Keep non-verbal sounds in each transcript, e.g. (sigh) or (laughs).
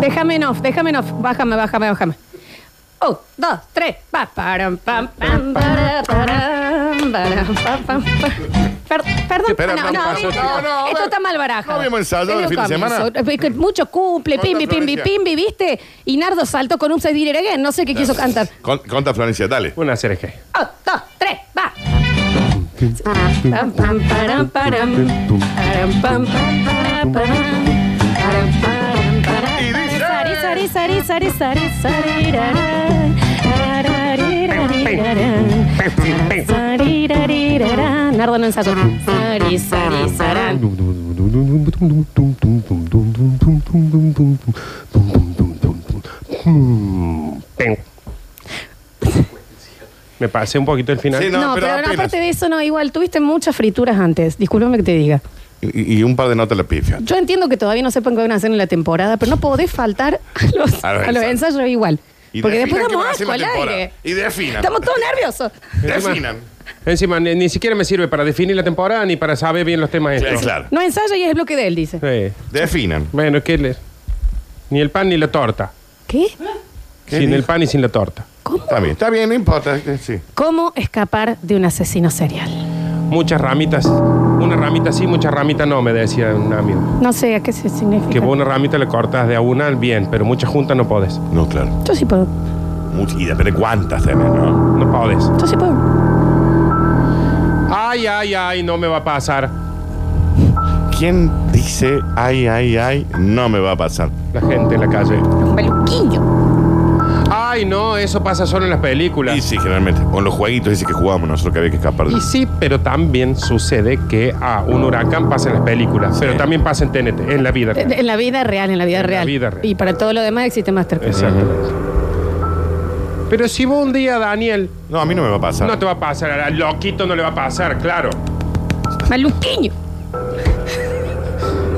déjame en off, déjame en off. Bájame, bájame, bájame. Un, dos, tres, pa, param, pam, pam, para, param, para, pam, pam, pa. Per- perdón, espera, no, no, no, pasó. esto, No, no, esto no. está mal barajado. No habíamos ensayado Desde el fin de comienzo. semana. Es que Mucho cumple, Corta, pimbi, pimbi, Florencia. pimbi, ¿viste? Y Nardo saltó con un Say Did It Again, no sé qué quiso cantar. Con- Conta Florencia, dale. Una CRG. Un, dos, tres, va. Pam, pam, param, param. Param, pam, pam, param, param. Param, param, param. Y dice- Sari, sari, sari, sari, sari, sari, rara. Rararirariraran. Sarirarirarán. Nardo no ensayó. Sari, sari, sarán. Me pasé un poquito el final. Sí, No, pero, apenas. aparte de eso, no, igual tuviste muchas frituras antes. Discúlpame que te diga. Y, y un par de notas la pifia. Yo entiendo que todavía no sepan qué van a hacer en la temporada, pero no podés faltar a los, A los a los ensayos. ensayos igual. Y Porque después definan qué damos van a asco hacer en al la temporada. aire. Y definan. Estamos todos nerviosos. Encima- Definan. Encima, ni, ni siquiera me sirve para definir la temporada ni para saber bien los temas Claro, estos. claro. No ensaya y es el bloque de él, dice. Sí. Definan. Bueno, ¿qué le- Ni el pan ni la torta. ¿Qué? ¿Qué Sin el dijo? pan y sin la torta. ¿Cómo? Está bien, está bien, no importa. eh, Sí. ¿Cómo escapar de un asesino serial? Muchas ramitas. Una ramita sí, muchas ramitas no, me decía un amigo. No sé a qué se significa. Que vos una ramita le cortas de a una al bien, pero muchas juntas no podés. No, claro. Yo sí puedo. Much- y depende cuántas también, ¿no? No podés. Yo sí puedo. Ay, ay, ay, no me va a pasar. ¿Quién dice, ay, ay, ay, no me va a pasar? La gente en la calle. Un peluquillo. Ay, no, eso pasa solo en las películas. Y sí, generalmente. O en los jueguitos dice que jugamos nosotros que había que escapar. de- Y sí, pero también sucede que a un huracán pasa en las películas, pero también pasa en TNT, en la vida. real. En la vida real, en la vida En la real. vida real. Y para todo lo demás existe Masterclass. Exactamente. Pero si vos un día, Daniel, No, a mí no me va a pasar. no te va a pasar, al loquito no le va a pasar, claro. Maluquiño.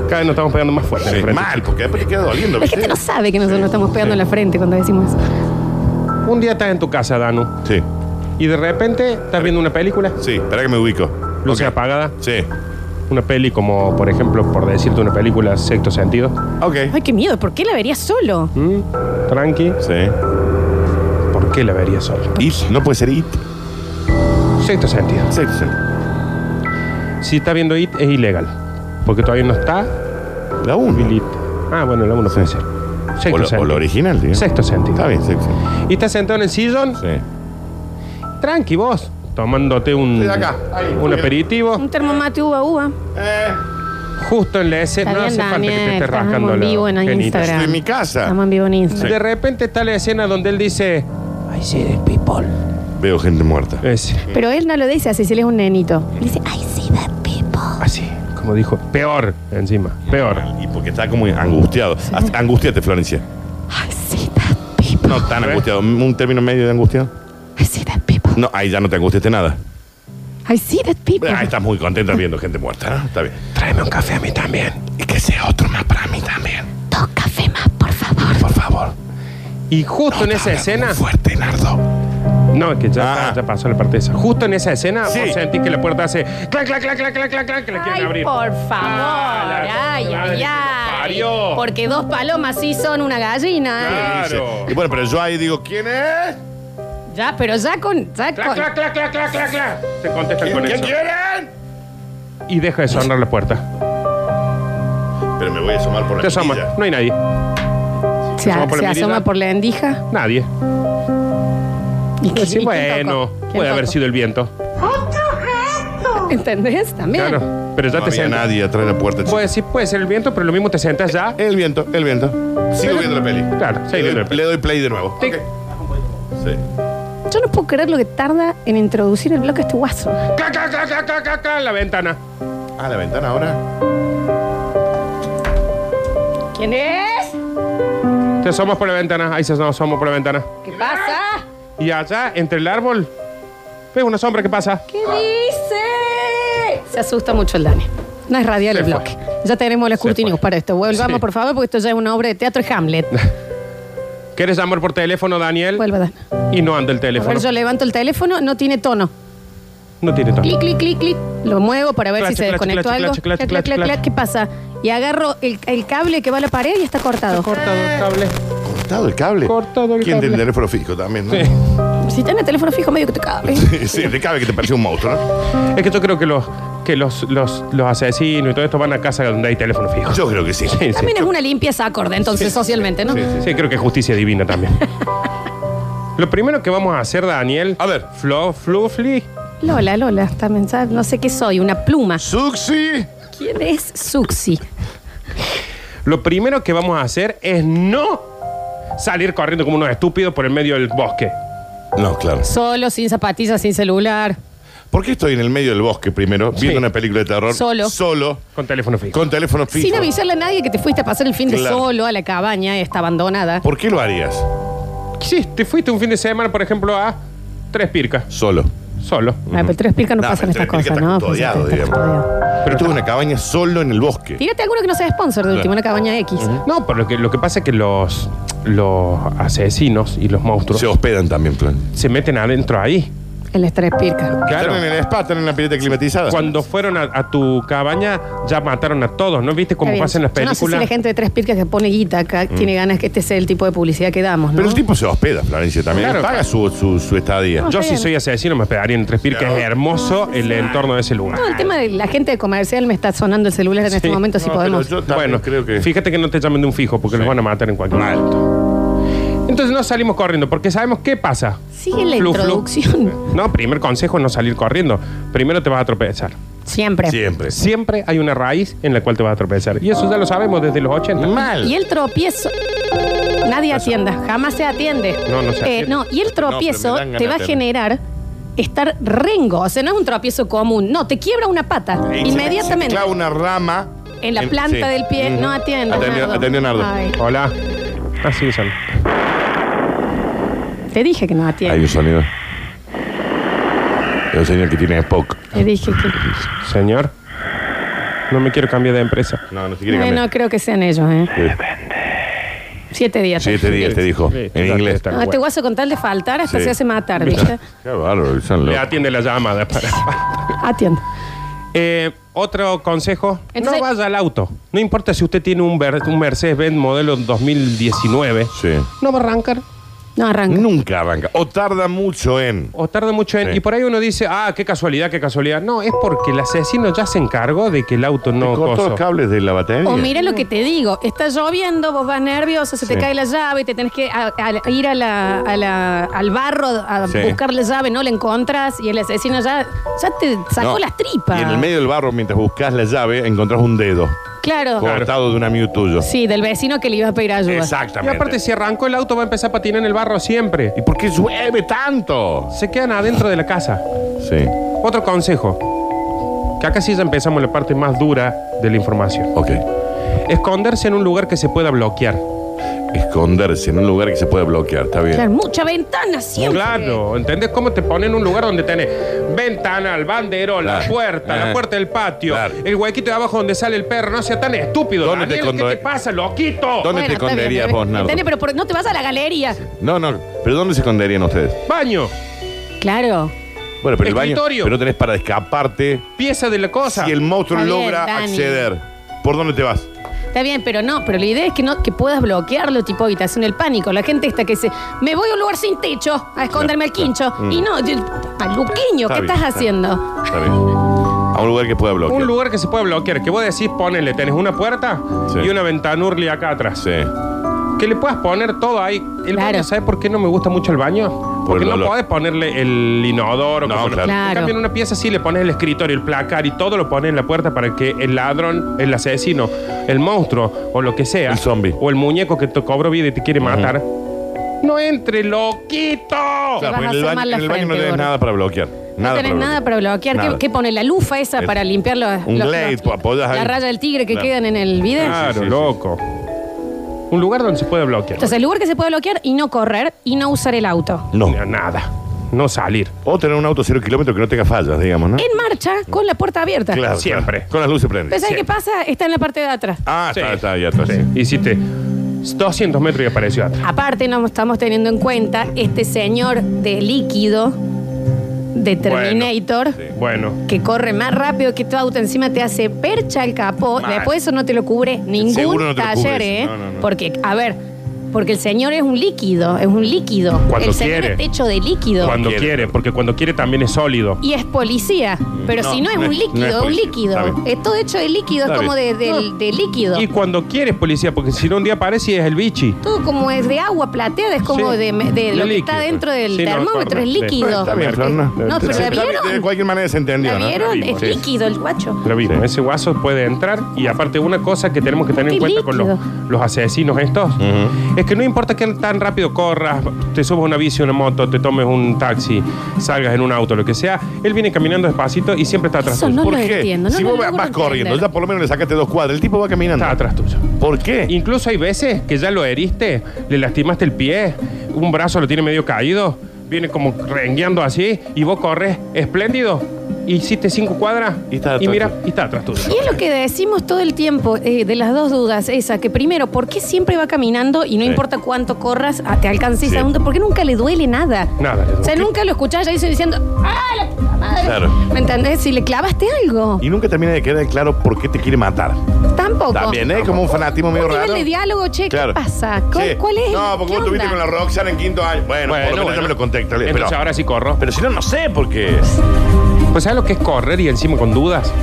Cada vez nos estamos pegando más fuerte. Sí, Francisco. mal, porque después te queda doliendo. La gente ¿viste? no sabe que nosotros Sí. nos estamos pegando en la frente cuando decimos eso. Un día estás en tu casa, Danu, Sí, y de repente estás viendo una película, sí, espera que me ubico. luces Ok. apagada, Sí. una peli como, por ejemplo, por decirte una película, sexto sentido, Ok. Ay, qué miedo. ¿Por qué la verías solo? ¿Mm? tranqui, Sí. ¿por qué la verías solo? It, no puede ser it. Sexto sentido. Sí, sí. Si está viendo IT es ilegal, porque todavía no está La 1. Billy. Ah, bueno, la uno puede ser. O, Sexto lo- o sentido. lo original, digo. Sexto sentido. Está bien, sí, sí. Y estás sentado en el sillón, Sí. tranqui vos, tomándote un, Sí, de acá, ahí, un bien. aperitivo, Un termomate uva uva. Eh, justo en la escena. Está No bien, hace falta que Daniel. te estés Estamos rascando en la vivo en genita. Instagram. estoy en mi casa. Estamos en vivo en Instagram. De repente está la escena donde él dice, I see the people. Veo gente muerta. Es Pero él no lo dice así, si él es un nenito. Él dice, I see the people. así, como dijo, peor encima, peor. Y porque está como angustiado. Haz- Angustiate, Florencia. I see the people. No tan ¿Eh? angustiado. Un término medio de angustiado. I see the people. No, ahí ya no te angustiaste nada. I see the people. Ah, estás muy contenta viendo gente muerta, ¿no? Está bien. Tráeme un café a mí también. Y que sea otro más para mí también. Dos cafés más, por favor. Por favor. Y justo en esa Habla escena... muy fuerte, Nardo. No, que ya, Ah. ya pasó la parte esa. Justo en esa escena, Sí. vos sentís que la puerta hace clac, clac, clac, clac, clac, clac, clac, que la quieren Ay, abrir. por favor. Ah, la ay, madre ay, que ay. lo parió. Ah. Porque dos palomas sí son una gallina. ¿eh? Claro. Y bueno, pero yo ahí digo, ¿quién es? Ya, pero ya con. Ya Clac, con- clac, clac, clac, clac, clac, clac. Te contestan ¿Quién, con quién eso. quieren? Y deja de sonar la puerta. Pero me voy a asomar por la Te asomas. mirilla. No hay nadie. se asoma por la se mirilla. asoma por la endija. Nadie. Y, Pues sí, y- bueno, ¿quién tocó? puede haber ¿Quién sido el viento. tocó? (laughs) ¿Entendés? También. Claro. Pero ya No te había sentas. nadie Eh. atrás de la puerta. chico. Puede, sí, puede ser el viento, pero lo mismo te sentas ya. El viento, el viento. Sigo viendo la peli. Claro, sigue le, viendo doy, la peli. le doy play de nuevo. Tic. Ok. Sí. Yo no puedo creer lo que tarda en introducir el bloque a este guaso. Clac, clac, clac, clac, clac, clac, clac, la ventana. Ah, la ventana ahora. ¿Quién es? Te asomas por la ventana. Ahí se nos asomó por la ventana. ¿Qué pasa? Y allá, entre el árbol, ves una sombra que pasa. ¿Qué dice? Se asusta mucho el Dani. No es radial el Se bloque. Ya tenemos las fue. curtinios para esto. Volvamos, Sí. por favor, porque esto ya es una obra de teatro de Hamlet. ¿Quieres llamar por teléfono, Daniel? Vuelva, Dani. Y no anda el A ver, teléfono. yo levanto el teléfono, no tiene tono. No tiene tono. Clic, clic, clic, clic. Lo muevo para ver Clac, si se clac, desconectó clac, algo. clac, clac, Clac, clac, clac, clac, clac. clac. ¿Qué pasa? Y agarro el, el cable que va a la pared y está cortado. Cortado el cable. Cortado el cable. Cortado el ¿Quién cable. tiene teléfono fijo también, no? Sí. Si tenés teléfono fijo, medio que te cabe. (laughs) Sí, te cabe que te parece un monstruo, ¿no? Es que yo creo que los que los, los, los asesinos y todo esto van a casa donde hay teléfono fijo. Yo creo que sí. Sí, sí. También es una limpieza acorde, entonces, socialmente, ¿no? Sí, sí. Sí, creo que es justicia divina también. Lo primero que vamos a hacer, Daniel. A ver. Flo, Flufli. Lola, Lola, también, ¿sabes? no sé qué soy, una pluma. Suxi. ¿Quién es Suxi? Lo primero que vamos a hacer es no salir corriendo como unos estúpidos por el medio del bosque. No, claro. Solo, sin zapatillas, sin celular. ¿Por qué estoy en el medio del bosque primero, viendo Sí. una película de terror? Solo. Solo, Con teléfono fijo. con teléfono fijo. Sin avisarle a nadie que te fuiste a pasar el fin de Claro. solo a la cabaña esta abandonada. ¿Por qué lo harías? Sí, te fuiste un fin de semana, por ejemplo, a Tres Pircas, Solo. solo. Ah, pero tres picas no, No, pasan pero estas tres cosas, picas está ¿no? custodiado, Pues, está digamos. custodiado. Pero esto es una cabaña solo en el bosque. Tírate alguno que no sea sponsor de último, una cabaña X. No, pero lo que, lo que pasa es que los, los asesinos y los monstruos Se se, hospedan también, plan. meten adentro ahí. En las tres picas. Claro. Están en el spa, están en la pileta climatizada. Cuando fueron a, a tu cabaña, ya mataron a todos, ¿no? ¿Viste cómo Está bien. pasa en Yo las No películas? sé si la gente de tres picas que pone guita acá tiene ganas que este sea el tipo de publicidad que damos, ¿no? Mm. Pero el tipo se hospeda, Florencia, también. Claro. Paga su, su, su estadía. Yo si soy asesino me hospedaría en Tres Pircas, Claro. es hermoso el entorno de ese lugar. No, el tema de la gente de comercial me está sonando el celular en este Sí. momento, si No, podemos. pero yo también bueno, creo que- fíjate que no te llamen de un fijo porque Sí. los van a matar en cualquier Mal. momento. Entonces no salimos corriendo porque sabemos qué pasa. Sigue la Flu, flu. introducción. No, primer consejo es no salir corriendo. Primero te vas a tropezar. Siempre. Siempre. Siempre hay una raíz en la cual te vas a tropezar. Y eso ya lo sabemos desde los 80. Mal. Y el tropiezo. Nadie atienda, jamás se atiende. Eh, No, no se atiende. no, y el No, tropiezo pero me dan te va a ganas de- generar estar rengo. O sea, no es un tropiezo común. No, te quiebra una pata Sí, se inmediatamente. clava una rama. En la planta sí. del pie. Ujú. No atiende. Atendió, Nardo. atendió Nardo. Ay, Hola. Así son. te dije que no atiende. Hay un sonido. Es un señor que tiene Spock. Te dije que. Señor, no me quiero cambiar de empresa. No, no se quiere Ay, cambiar. no creo que sean ellos, ¿eh? Siete días. Siete días te este dijo. Sí, En ya inglés. está. No, este guaso con tal de faltar hasta Sí. se hace matar, (laughs) ¿viste? Qué bárbaro, son Le locos. atiende la llamada. para- Atiende. Eh, otro consejo, Entonces- no vaya al auto. No importa si usted tiene un, Ver- un Mercedes-Benz modelo 2019. Sí. No va a arrancar. No arranca. Nunca arranca. O tarda mucho en. O tarda mucho en... Sí. Y por ahí uno dice, ah, qué casualidad, qué casualidad. No, es porque el asesino ya se encargó de que el auto no... Cortó los coso. cables de la batería. O mira lo que te digo, está lloviendo, vos vas nervioso, se te Sí. cae la llave, te tenés que a- a- ir a la- a la- al barro a Sí. buscar la llave, no la encontrás y el asesino ya, ya te sacó No. las tripas. Y en el medio del barro, mientras buscas la llave, encontrás un dedo Claro. cortado de un amigo tuyo. Sí, del vecino que le iba a pedir ayuda. Y Exactamente. aparte, si arrancó el auto, va a empezar a patinar en el barro siempre. ¿Y por qué llueve tanto? Se quedan adentro de la casa. Sí. Otro consejo, que acá sí ya empezamos la parte más dura de la información. Ok. Esconderse en un lugar que se pueda bloquear. Esconderse en un lugar que se puede bloquear, está bien. Claro, mucha ventana siempre. Claro, ¿entendés cómo te ponen en un lugar donde tenés ventana, el bandero, la Claro. puerta, la Ajá. puerta del patio, Claro. el huequito de abajo donde sale el perro? No sea tan estúpido, ¿Dónde te Daniel, ¿qué condo- te pasa, loquito? ¿Dónde te está bien, esconderías pero- vos, Nardo? ¿entendés? Pero por- no te vas a la galería. No, no, pero ¿dónde se esconderían ustedes? Baño, Claro. Bueno, pero el baño. Escritorio. Pero tenés para escaparte. pieza de la cosa. Si el monstruo Está bien, logra Dani. acceder, ¿por dónde te vas? Está bien, pero no, pero la idea es que no que puedas bloquearlo, tipo habitación del pánico. La gente está que dice, me voy a un lugar sin techo a esconderme al quincho. claro. Mm. Y no, yo- maluquiño, Está ¿qué bien, estás está haciendo? Está bien. A un lugar que pueda bloquear. Un lugar que se pueda bloquear, que vos decís, ponele, tenés una puerta Sí. y una ventanurli acá atrás. Sí. Que le puedas poner todo ahí. El Claro. baño, ¿sabes por qué no me gusta mucho el baño? Por Porque el no olor. podés ponerle el inodoro. Pues No, cosas no. claro. Claro. En cambio, en una pieza sí le pones el escritorio, el placar y todo lo pones en la puerta para que el ladrón, el asesino, el monstruo o lo que sea. El zombi. O el muñeco que te cobró vida y te quiere matar. No entre, loquito. vas a Claro, porque en el hacer baño, mal la en el baño no frente, tenés gordo. nada para bloquear. Nada no tenés para nada para bloquear. ¿Qué, Nada. qué pone la lufa esa Es- para limpiar los, Un los- glade, los- po- apoyas la ahí. raya del tigre que Claro. Ah. quedan en el video? Claro, Sí, sí, sí, loco. Un lugar donde se puede bloquear. Entonces, el lugar que se puede bloquear y no correr y no usar el auto. No. Nada. No salir. O tener un auto cero kilómetros que no tenga fallas, digamos, ¿no? En marcha, con la puerta abierta. Claro, Siempre. claro. Con las luces prendidas. Pero ¿sabes qué pasa? Está en la parte de atrás. Ah, Sí. está, está, ya está. sí. Hiciste 200 metros y apareció atrás. Aparte, no estamos teniendo en cuenta este señor de líquido de Terminator Bueno. que corre más rápido que tu auto, encima te hace percha el capó. Mal. Después eso no te lo cubre ningún Seguro no te lo taller, cubre ¿eh? eso. No, no, no. Porque, a ver, porque el señor es un líquido, es un líquido. Cuando el señor quiere. es techo de líquido. Cuando quiere. quiere, porque cuando quiere también es sólido. Y es policía. Pero No, si no es no un es- líquido, no es es un policía. líquido. Está bien. Es todo hecho de líquido, es Está como de, bien. del- de líquido. Y cuando quiere es policía, porque si no un día aparece y es el bichi. Todo como es de agua plateada, es como Sí. de, de Es lo que líquido. está pues. dentro del Sí, no, termómetro, corta. es Sí. líquido. Está bien, Flor, no. No, pero Sí, ¿la está bien, De vieron? cualquier manera se entendió, ¿La ¿no? vieron? vimos, es sí. líquido el guacho. Lo mismo, Sí. ese guaso puede entrar. Y aparte, una cosa que tenemos que tener en Qué cuenta con los, líquido. los asesinos estos Ujú. es que no importa que tan rápido corras, te subas a una bici, una moto, te tomes un taxi, salgas en un auto, lo que sea, él viene caminando despacito y siempre está atrás Eso tuyo. no ¿Por lo qué? entiendo. No si lo vos vas logro entender. corriendo, ya por lo menos le sacaste dos cuadras, el tipo va caminando. Está atrás tuyo. ¿Por qué? Incluso hay veces que ya lo heriste, le lastimaste el pie, un brazo lo tiene medio caído, viene como rengueando así y vos corres espléndido, hiciste cinco cuadras Y está atrás mira, tuyo. y está atrás tuyo. Y es lo que decimos todo el tiempo, eh, de las dos dudas, esa, que primero, ¿por qué siempre va caminando y no Sí. importa cuánto corras, a- te alcances Sí. a un... ¿Por qué nunca le duele nada? Nada, le O sea, duele. nunca lo escuchás ya dice diciendo, ¡ah, la puta madre! Claro. ¿Me entendés? Si le clavaste algo. Y nunca termina de quedar claro por qué te quiere matar. Tampoco. También, ¿eh? Como un fanatismo medio Un nivel raro. de diálogo, che, Claro. ¿qué pasa? ¿Cuál, Sí. cuál es? No, porque ¿Qué vos estuviste onda? con la Roxanne en quinto año. Bueno, por lo menos ya me lo contacto. Entonces Pero, ahora sí corro. pero si no, no sé, porque Pues ¿sabes lo que es correr y encima con dudas?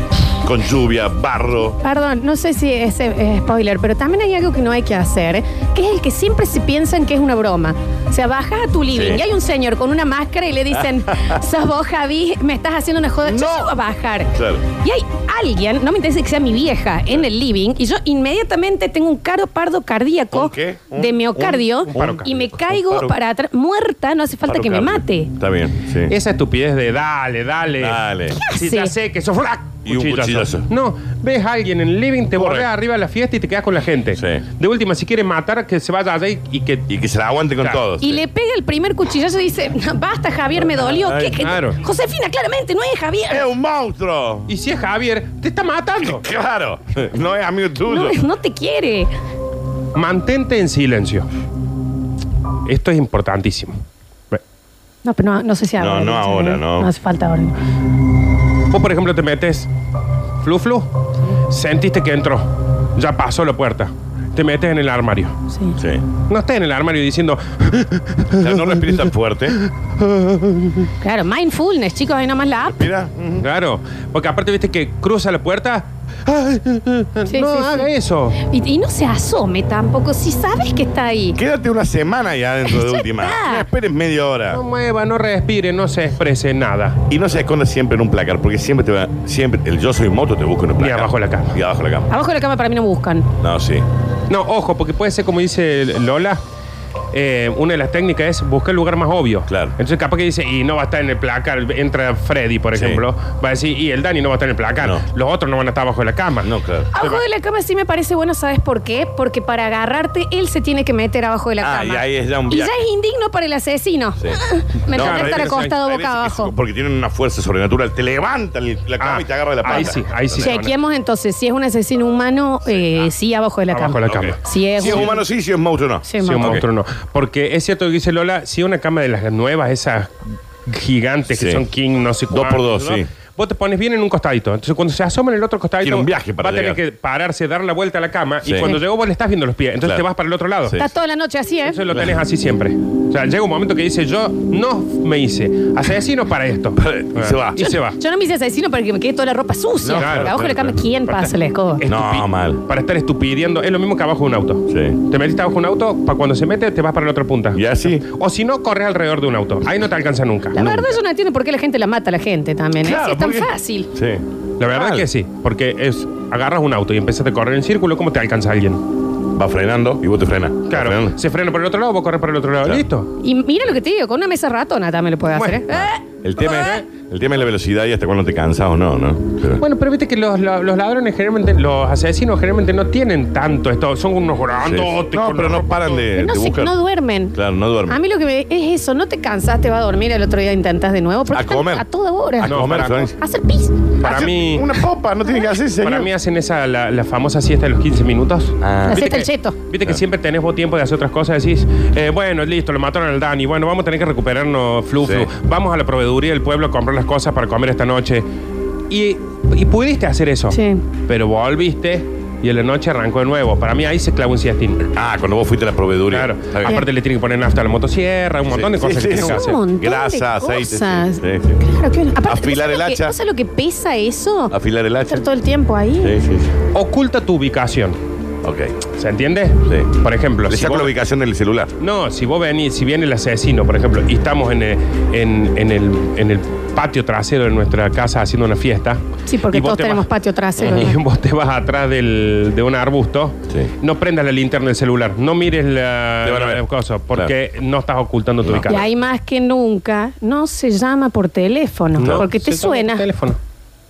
con lluvia, barro. Perdón, no sé si es, eh, spoiler, pero también hay algo que no hay que hacer, que es el que siempre se piensan que es una broma. O sea, bajas a tu living Sí. y hay un señor con una máscara y le (laughs) dicen, sos vos, Javi, me estás haciendo una joda, yo No. sí voy a bajar. Claro. Y hay alguien, no me interesa que sea mi vieja, en el living, y yo inmediatamente tengo un caro pardo cardíaco ¿Un qué? Un- de miocardio un- un paro y me cardíaco. caigo Un paro- para atrás, muerta, no hace falta Paro que me cardíaco. mate. Está bien, sí. Esa estupidez de dale, dale. Dale. Si hace? ya sé que sos flac. Y un cuchillazo. No, ves a alguien en el living, te Corre. bordeas arriba de la fiesta y te quedas con la gente. Sí. De última, si quieres matar, que se vaya allá y, y que. Y que se la aguante con Claro. todos. Y le pega el primer cuchillazo y dice, basta Javier, me dolió. Ay, ¿Qué- qué- claro. Josefina, claramente, no es ¡Es Javier. un monstruo! Y si es Javier, te está matando. (laughs) Claro, no es amigo tuyo. No, no te quiere. Mantente en silencio. Esto es importantísimo. Ve. No, pero no, no sé si No, ahora. no ¿eh? ahora, no. No hace falta ahora. Vos, por ejemplo, te metes. Flu, flu. Sentiste que entró. Ya pasó la puerta. Te metes en el armario. Sí. Sí. No estés en el armario diciendo. (laughs) O sea, no respires tan fuerte. Claro, mindfulness, chicos, ahí nomás la app. Mira. ujú. Claro, porque aparte viste que cruza la puerta. Sí, no sí, sí. haga eso. Y, y no se asome tampoco, si sabes que está ahí. Quédate una semana ya dentro de Ya última. está. No esperes media hora. No mueva, no respire, no se exprese nada. Y no se esconda siempre en un placar, porque siempre te va. Siempre, el yo soy moto te busca en un Ni placar. abajo de la cama. Y abajo de la cama. Abajo de la cama para mí no buscan. No, sí. No, ojo, porque puede ser como dice Lola. eh, una de las técnicas es buscar el lugar más obvio. Claro. Entonces, capaz que dice, y no va a estar en el placar. Entra Freddy, por Sí. ejemplo. Va a decir, y el Dani no va a estar en el placar. No. Los otros no van a estar abajo de la cama. No, claro. Abajo de la cama sí me parece bueno, ¿sabes por qué? Porque para agarrarte, él se tiene que meter abajo de la Ah, cama. y ahí es ya un Y viaje. ya es indigno para el asesino. Sí. (laughs) Me No, toca hay estar veces- acostado boca hay veces que abajo. sí, porque tienen una fuerza sobrenatural. Te levantan la cama Ah, y te agarra de la pata. ahí sí, ahí sí. Chequeemos entonces si es un asesino humano, eh, sí, abajo de la Abajo cama. de la Ok. cama. Si es un- humano sí, Ah. si es monstruo no. Sí, Sí, un mamá. monstruo no. Porque es cierto que dice Lola, si una cama de las nuevas, esas gigantes que Sí. son King, no sé Dos por cuántos, dos, ¿no? sí. Vos te pones bien en un costadito. Entonces, cuando se asoma en el otro costadito, Tiene un viaje para va a tener llegar. que pararse, dar la vuelta a la cama. Sí. Y cuando llegó, vos le estás viendo los pies. Entonces Claro. te vas para el otro lado. Sí. Estás toda la noche así, ¿eh? Eso lo tenés así siempre. O sea, llega un momento que dice, yo no me hice asesino para esto. (laughs) Y se va. Y se va. Yo no me hice asesino para que me quede toda la ropa sucia. No, claro, abajo de la claro, Eh, cama, ¿quién pasa la escoba? No, mal. Para estar estupidiendo. Es lo mismo que abajo de un auto. Sí. Te metiste abajo de un auto, para cuando se mete, te vas para la otra punta. Y así. O si no, corres alrededor de un auto. Ahí no te alcanza nunca. La verdad yo no entiendo por qué la gente la mata a la gente también. ¿eh? Si Claro, es tan porque- fácil. Sí. La verdad Mal. que sí, porque es agarras un auto y empiezas a correr en círculo, ¿cómo te alcanza alguien? Va frenando y vos te frenas. Va Claro, frenando. se frena por el otro lado, vos corres por el otro lado, Claro. listo. Y mira lo que te digo, con una mesa ratona también lo puede hacer. ¿eh? Bueno. ¿Eh? El tema, es, el tema es la velocidad y hasta cuándo te cansas o no, ¿no? Pero- Bueno, pero viste que los, los- los ladrones generalmente, los asesinos generalmente no tienen tanto esto, son unos Sí. grandotes. No, con pero la no ropa paran toda. de, Eh, no, eh, de se- buscar. no duermen. Claro, no duermen. A mí lo que me es eso, no te cansas, te va a dormir, el otro día intentás de nuevo. porque A están comer. A toda hora. A No, comer, para- Florencia. Hacer pis. Para Hacer mí, Una popa, no tiene que hacer, señor. para mí hacen esa, la, la famosa siesta de los 15 minutos. Ah. Así Viste está el que- cheto. Viste que siempre tenés vos tiempo de hacer otras cosas, decís, eh, bueno, listo, lo mataron al Dani, bueno, vamos a tener que recuperarnos, flu, Sí. flu. Vamos a la mercadería del pueblo a comprar las cosas para comer esta noche. Y, y pudiste hacer eso. Sí. Pero volviste y en la noche arrancó de nuevo. Para mí ahí se clavó un siestín. Ah, cuando vos fuiste a la proveeduría. Claro. Está bien. Aparte le tienen que poner nafta a la motosierra, un montón de Sí, cosas sí, que sí, tienen que sí. hacer. Un montón de Grasa, aceite, cosas. sí, sí, sí. Claro que uno- Aparte, Afilar ¿no sabes lo el que- hacha. ¿No sabes lo que pesa eso? Afilar el hacha. Estar todo el tiempo ahí. Sí, sí, sí. Oculta tu ubicación. Ok. ¿Se entiende? Sí. Por ejemplo, Le si saco vos- la ubicación del celular. No, si vos venís, si viene el asesino, por ejemplo, y estamos en el, en, en el, en el patio trasero de nuestra casa haciendo una fiesta. Sí, porque y vos todos te tenemos vas- patio (laughs) trasero. (laughs) Y ¿no? vos te vas atrás del- de un arbusto, Sí. no prendas la linterna del celular, no mires la, Te van a ver. la cosa, porque no estás ocultando tu No. Y ubicación. ahí más que nunca no se llama por teléfono, No. porque te Se toma suena. el teléfono.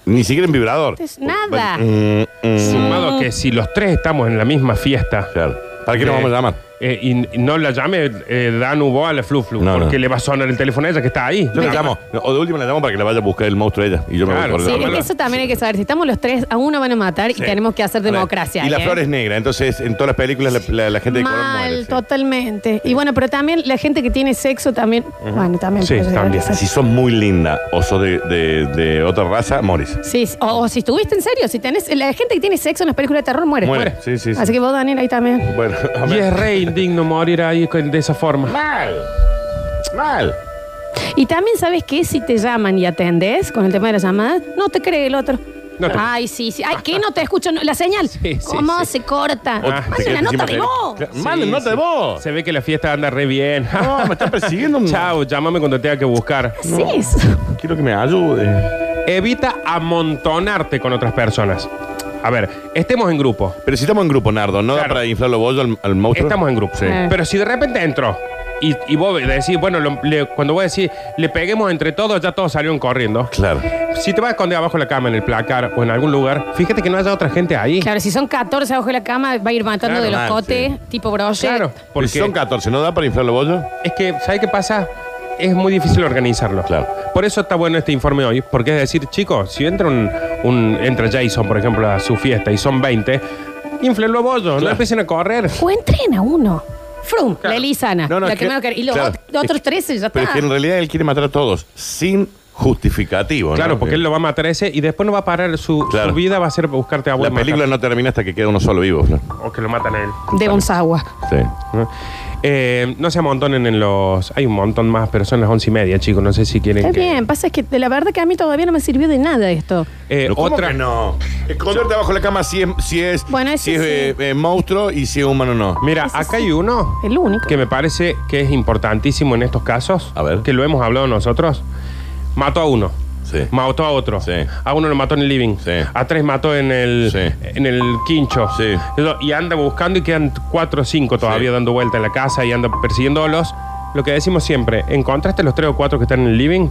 Ni siquiera en vibrador. Te- Nada. Mm, mm. Sumado a que si los tres estamos en la misma fiesta, Claro. ¿Para qué nos Eh, vamos a llamar? eh, y, y no la llame eh, Danu vos a la Flu Flu, No, porque no. le va a sonar el teléfono a ella que está ahí. Yo la llamo. O de última la llamo para que la vaya a buscar el monstruo ella. Y yo me Claro, voy Sí, corriendo. es que eso también hay que saber. Si estamos los tres, a uno van a matar y tenemos que hacer A ver, democracia. Y la ¿eh? flor es negra, entonces en todas las películas la, la- la gente de color Mal, muere. sí. totalmente. Y bueno, pero también la gente que tiene sexo también. Bueno, también. Sí, puede también. ser. Si sos muy linda o sos de, de- de otra raza, morís. Sí, sí. o, o si estuviste en serio, si tenés. La gente que tiene sexo en las películas de terror muere. Muere, sí, sí, sí. Así que vos, Daniel, ahí también. Bueno, a Y ver. es re indigno morir ahí con- de esa forma. Mal. Mal. Y también sabes que si te llaman y atendés con el tema de las llamadas, no te cree el otro. No te- Ay, sí, sí. Ay, que no te escucho no- la señal. Sí, sí, ¿Cómo sí. se corta? O Ah, te Mande quedas una nota encima de de- voz. Claro, Ah, Sí, Manden nota de sí. (laughs) vos. Se ve que la fiesta anda re bien. (laughs) No, me están persiguiendo. Chao, llámame cuando tenga que buscar. Sí, eso. Quiero que me ayude. Evita amontonarte con otras personas. A ver, estemos en grupo. Pero si estamos en grupo, Nardo, ¿no da Claro. para inflar los bollos al, al monstruo? Estamos en grupo. Sí. Eh. Pero si de repente entro y, y vos decís, bueno, lo- le- cuando vos decís, le peguemos entre todos, ya todos salieron corriendo. Claro. Si te vas a esconder abajo de la cama, en el placar o en algún lugar, fíjate que no haya otra gente ahí. Claro, si son 14 abajo de la cama, va a ir matando Claro, de los mal, cotes, tipo broche. Claro, Porque porque son 14, ¿no da para inflar los bollos? es que, ¿sabes qué pasa? Es muy difícil organizarlo. Claro. Por eso está bueno este informe hoy, porque es decir, chicos, si entra un, un- entra Jason, por ejemplo, a su fiesta y son 20, inflenlo bollos, no Claro. empiecen a correr. O entrena uno. Frum, Claro. la Elisana. No, no, la es que que- menos que- Y los claro. ot- los otros 13 ya Pero es está. que en realidad él quiere matar a todos, sin justificativo. ¿no? Claro, porque él lo va a matar ese y después no va a parar su, su Claro. vida, va a ser buscarte a vos La y matar. película no termina hasta que queda uno solo vivo. ¿no? O que lo matan a él. De Gonzagua. Sí. ¿no? Eh, no se amontonen en los. Hay un montón más, pero son las once y media, chicos. No sé si quieren. Está que- bien, pasa que de la verdad que a mí todavía no me sirvió de nada esto. Eh, Pero ¿cómo otra. que no. Esconderte abajo de la cama si es, si es, Bueno, ese si es sí. eh, eh, monstruo y si es humano no. Mira, Ese acá sí. hay uno El único. que me parece que es importantísimo en estos casos. A ver. Que lo hemos hablado nosotros. Mató a uno. Sí. Mató a otro. Sí. A uno lo mató en el living. Sí. A tres mató en el, Sí. en el quincho. Sí. Eso, Y anda buscando y quedan cuatro o cinco todavía Sí. dando vuelta en la casa y anda persiguiéndolos. Lo que decimos siempre, encontraste los tres o cuatro que están en el living,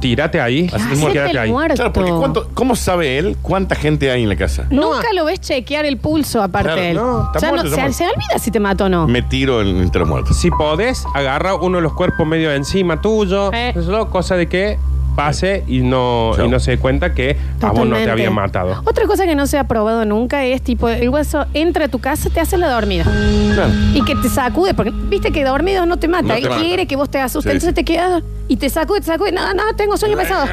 tírate ahí Hacete y quédate el ahí. muerto. Claro, porque cuánto, ¿cómo sabe él cuánta gente hay en la casa? Nunca lo ves chequear el pulso aparte Claro, de él. no, está Ya muerto, no, está se, muerto. se olvida si te mató o no. Me tiro en- entre los muertos. Si podés, agarra uno de los cuerpos medio encima tuyo, Eh. eso, cosa de que pase y no, Chao. y no se dé cuenta que a vos no te Totalmente. Oh, habían matado. Otra cosa que no se ha probado nunca es tipo, el hueso entra a tu casa, te hace la dormida. Claro. Y que te sacude, porque viste que dormido no te mata. No te Él mata. quiere que vos te asustes, Sí, entonces te sí. quedas y te sacude, te sacude. No, no, tengo sueño pesado.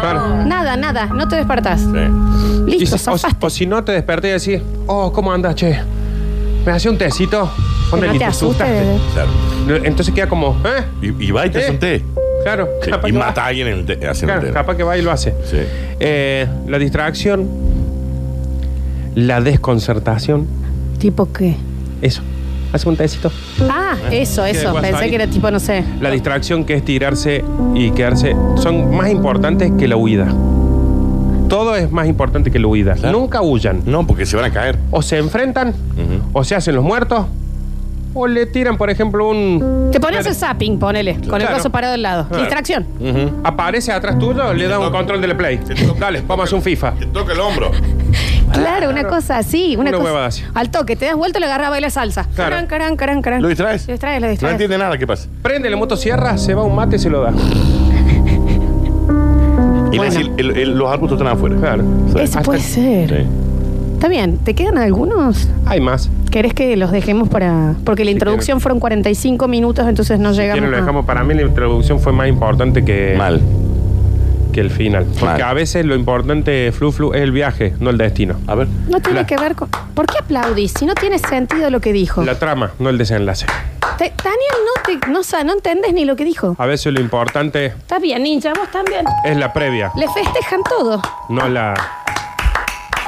Claro. Nada, nada, no te despertás. Sí. Y Listo, si- o, zafaste. o si no te desperté y decís, oh, ¿cómo andas, che? ¿Me hacía un tecito? Que Ponele, no y te asustes. asustaste. bebé. Claro. No, Entonces queda como, ¿eh? Y, y va y te hace un té. Claro. Sí, capaz Y que va. mata a alguien en el té. haciendo Claro, té. capaz que va y lo hace. Sí. Eh, la distracción, la desconcertación, ¿Tipo qué? eso. Hace un tecito. Ah, eso, Sí, eso. de Pensé wasabi. que era tipo, no sé. La distracción que es tirarse y quedarse son más importantes que la huida. Todo es más importante que la huida. Claro. Nunca huyan. No, porque se van a caer. O se enfrentan, o se hacen los muertos, o le tiran, por ejemplo, un. Te pones el zapping, ponele, con el Claro. brazo parado al lado. Claro. Distracción. Aparece atrás tuyo, le da un control del play. Dale, vamos a hacer un FIFA. Te toca el hombro. Claro, una cosa así, una, Una huevada así. cosa. Al toque, te das vuelta, lo agarras, baila salsa. Claro. Carán, carán, carán, carán. ¿Lo distraes? Lo distraes, lo No distraes. entiende nada qué pasa. Prende la motosierra, se va un mate y se lo da. Y Bueno. así, el- el- los arbustos están afuera. Claro. Sí. Eso Hasta- puede ser. Sí. Está bien, ¿te quedan algunos? Hay más. ¿Querés que los dejemos para.? Porque la introducción fueron 45 minutos, entonces no llegamos. Quieren lo a- dejamos. Para mí la introducción fue más importante que. Mal. que el final. Porque Mal. a veces lo importante, Flu Flu, es el viaje, no el destino. A ver. No tiene La- que ver con. ¿Por qué aplaudís si no tiene sentido lo que dijo? La trama, no el desenlace. Te- Daniel, no, te, no, sa- no entendés ni lo que dijo. A veces lo importante Está bien, ninja, vos también. es la previa, Le festejan todo. no la.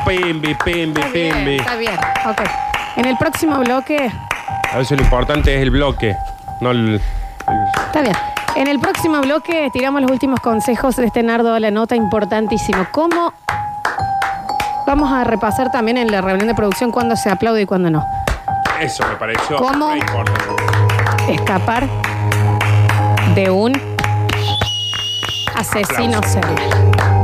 Pimbi, pimbi, Está bien, pimbi. está bien. Ok. En el próximo bloque. A veces lo importante es el bloque, no el. Está bien. En el próximo bloque tiramos los últimos consejos de este Nardo a la nota, importantísimo. ¿Cómo vamos a repasar también en la reunión de producción cuándo se aplaude y cuándo no? Eso me pareció. ¿Cómo? re importante. Escapar de un asesino serial.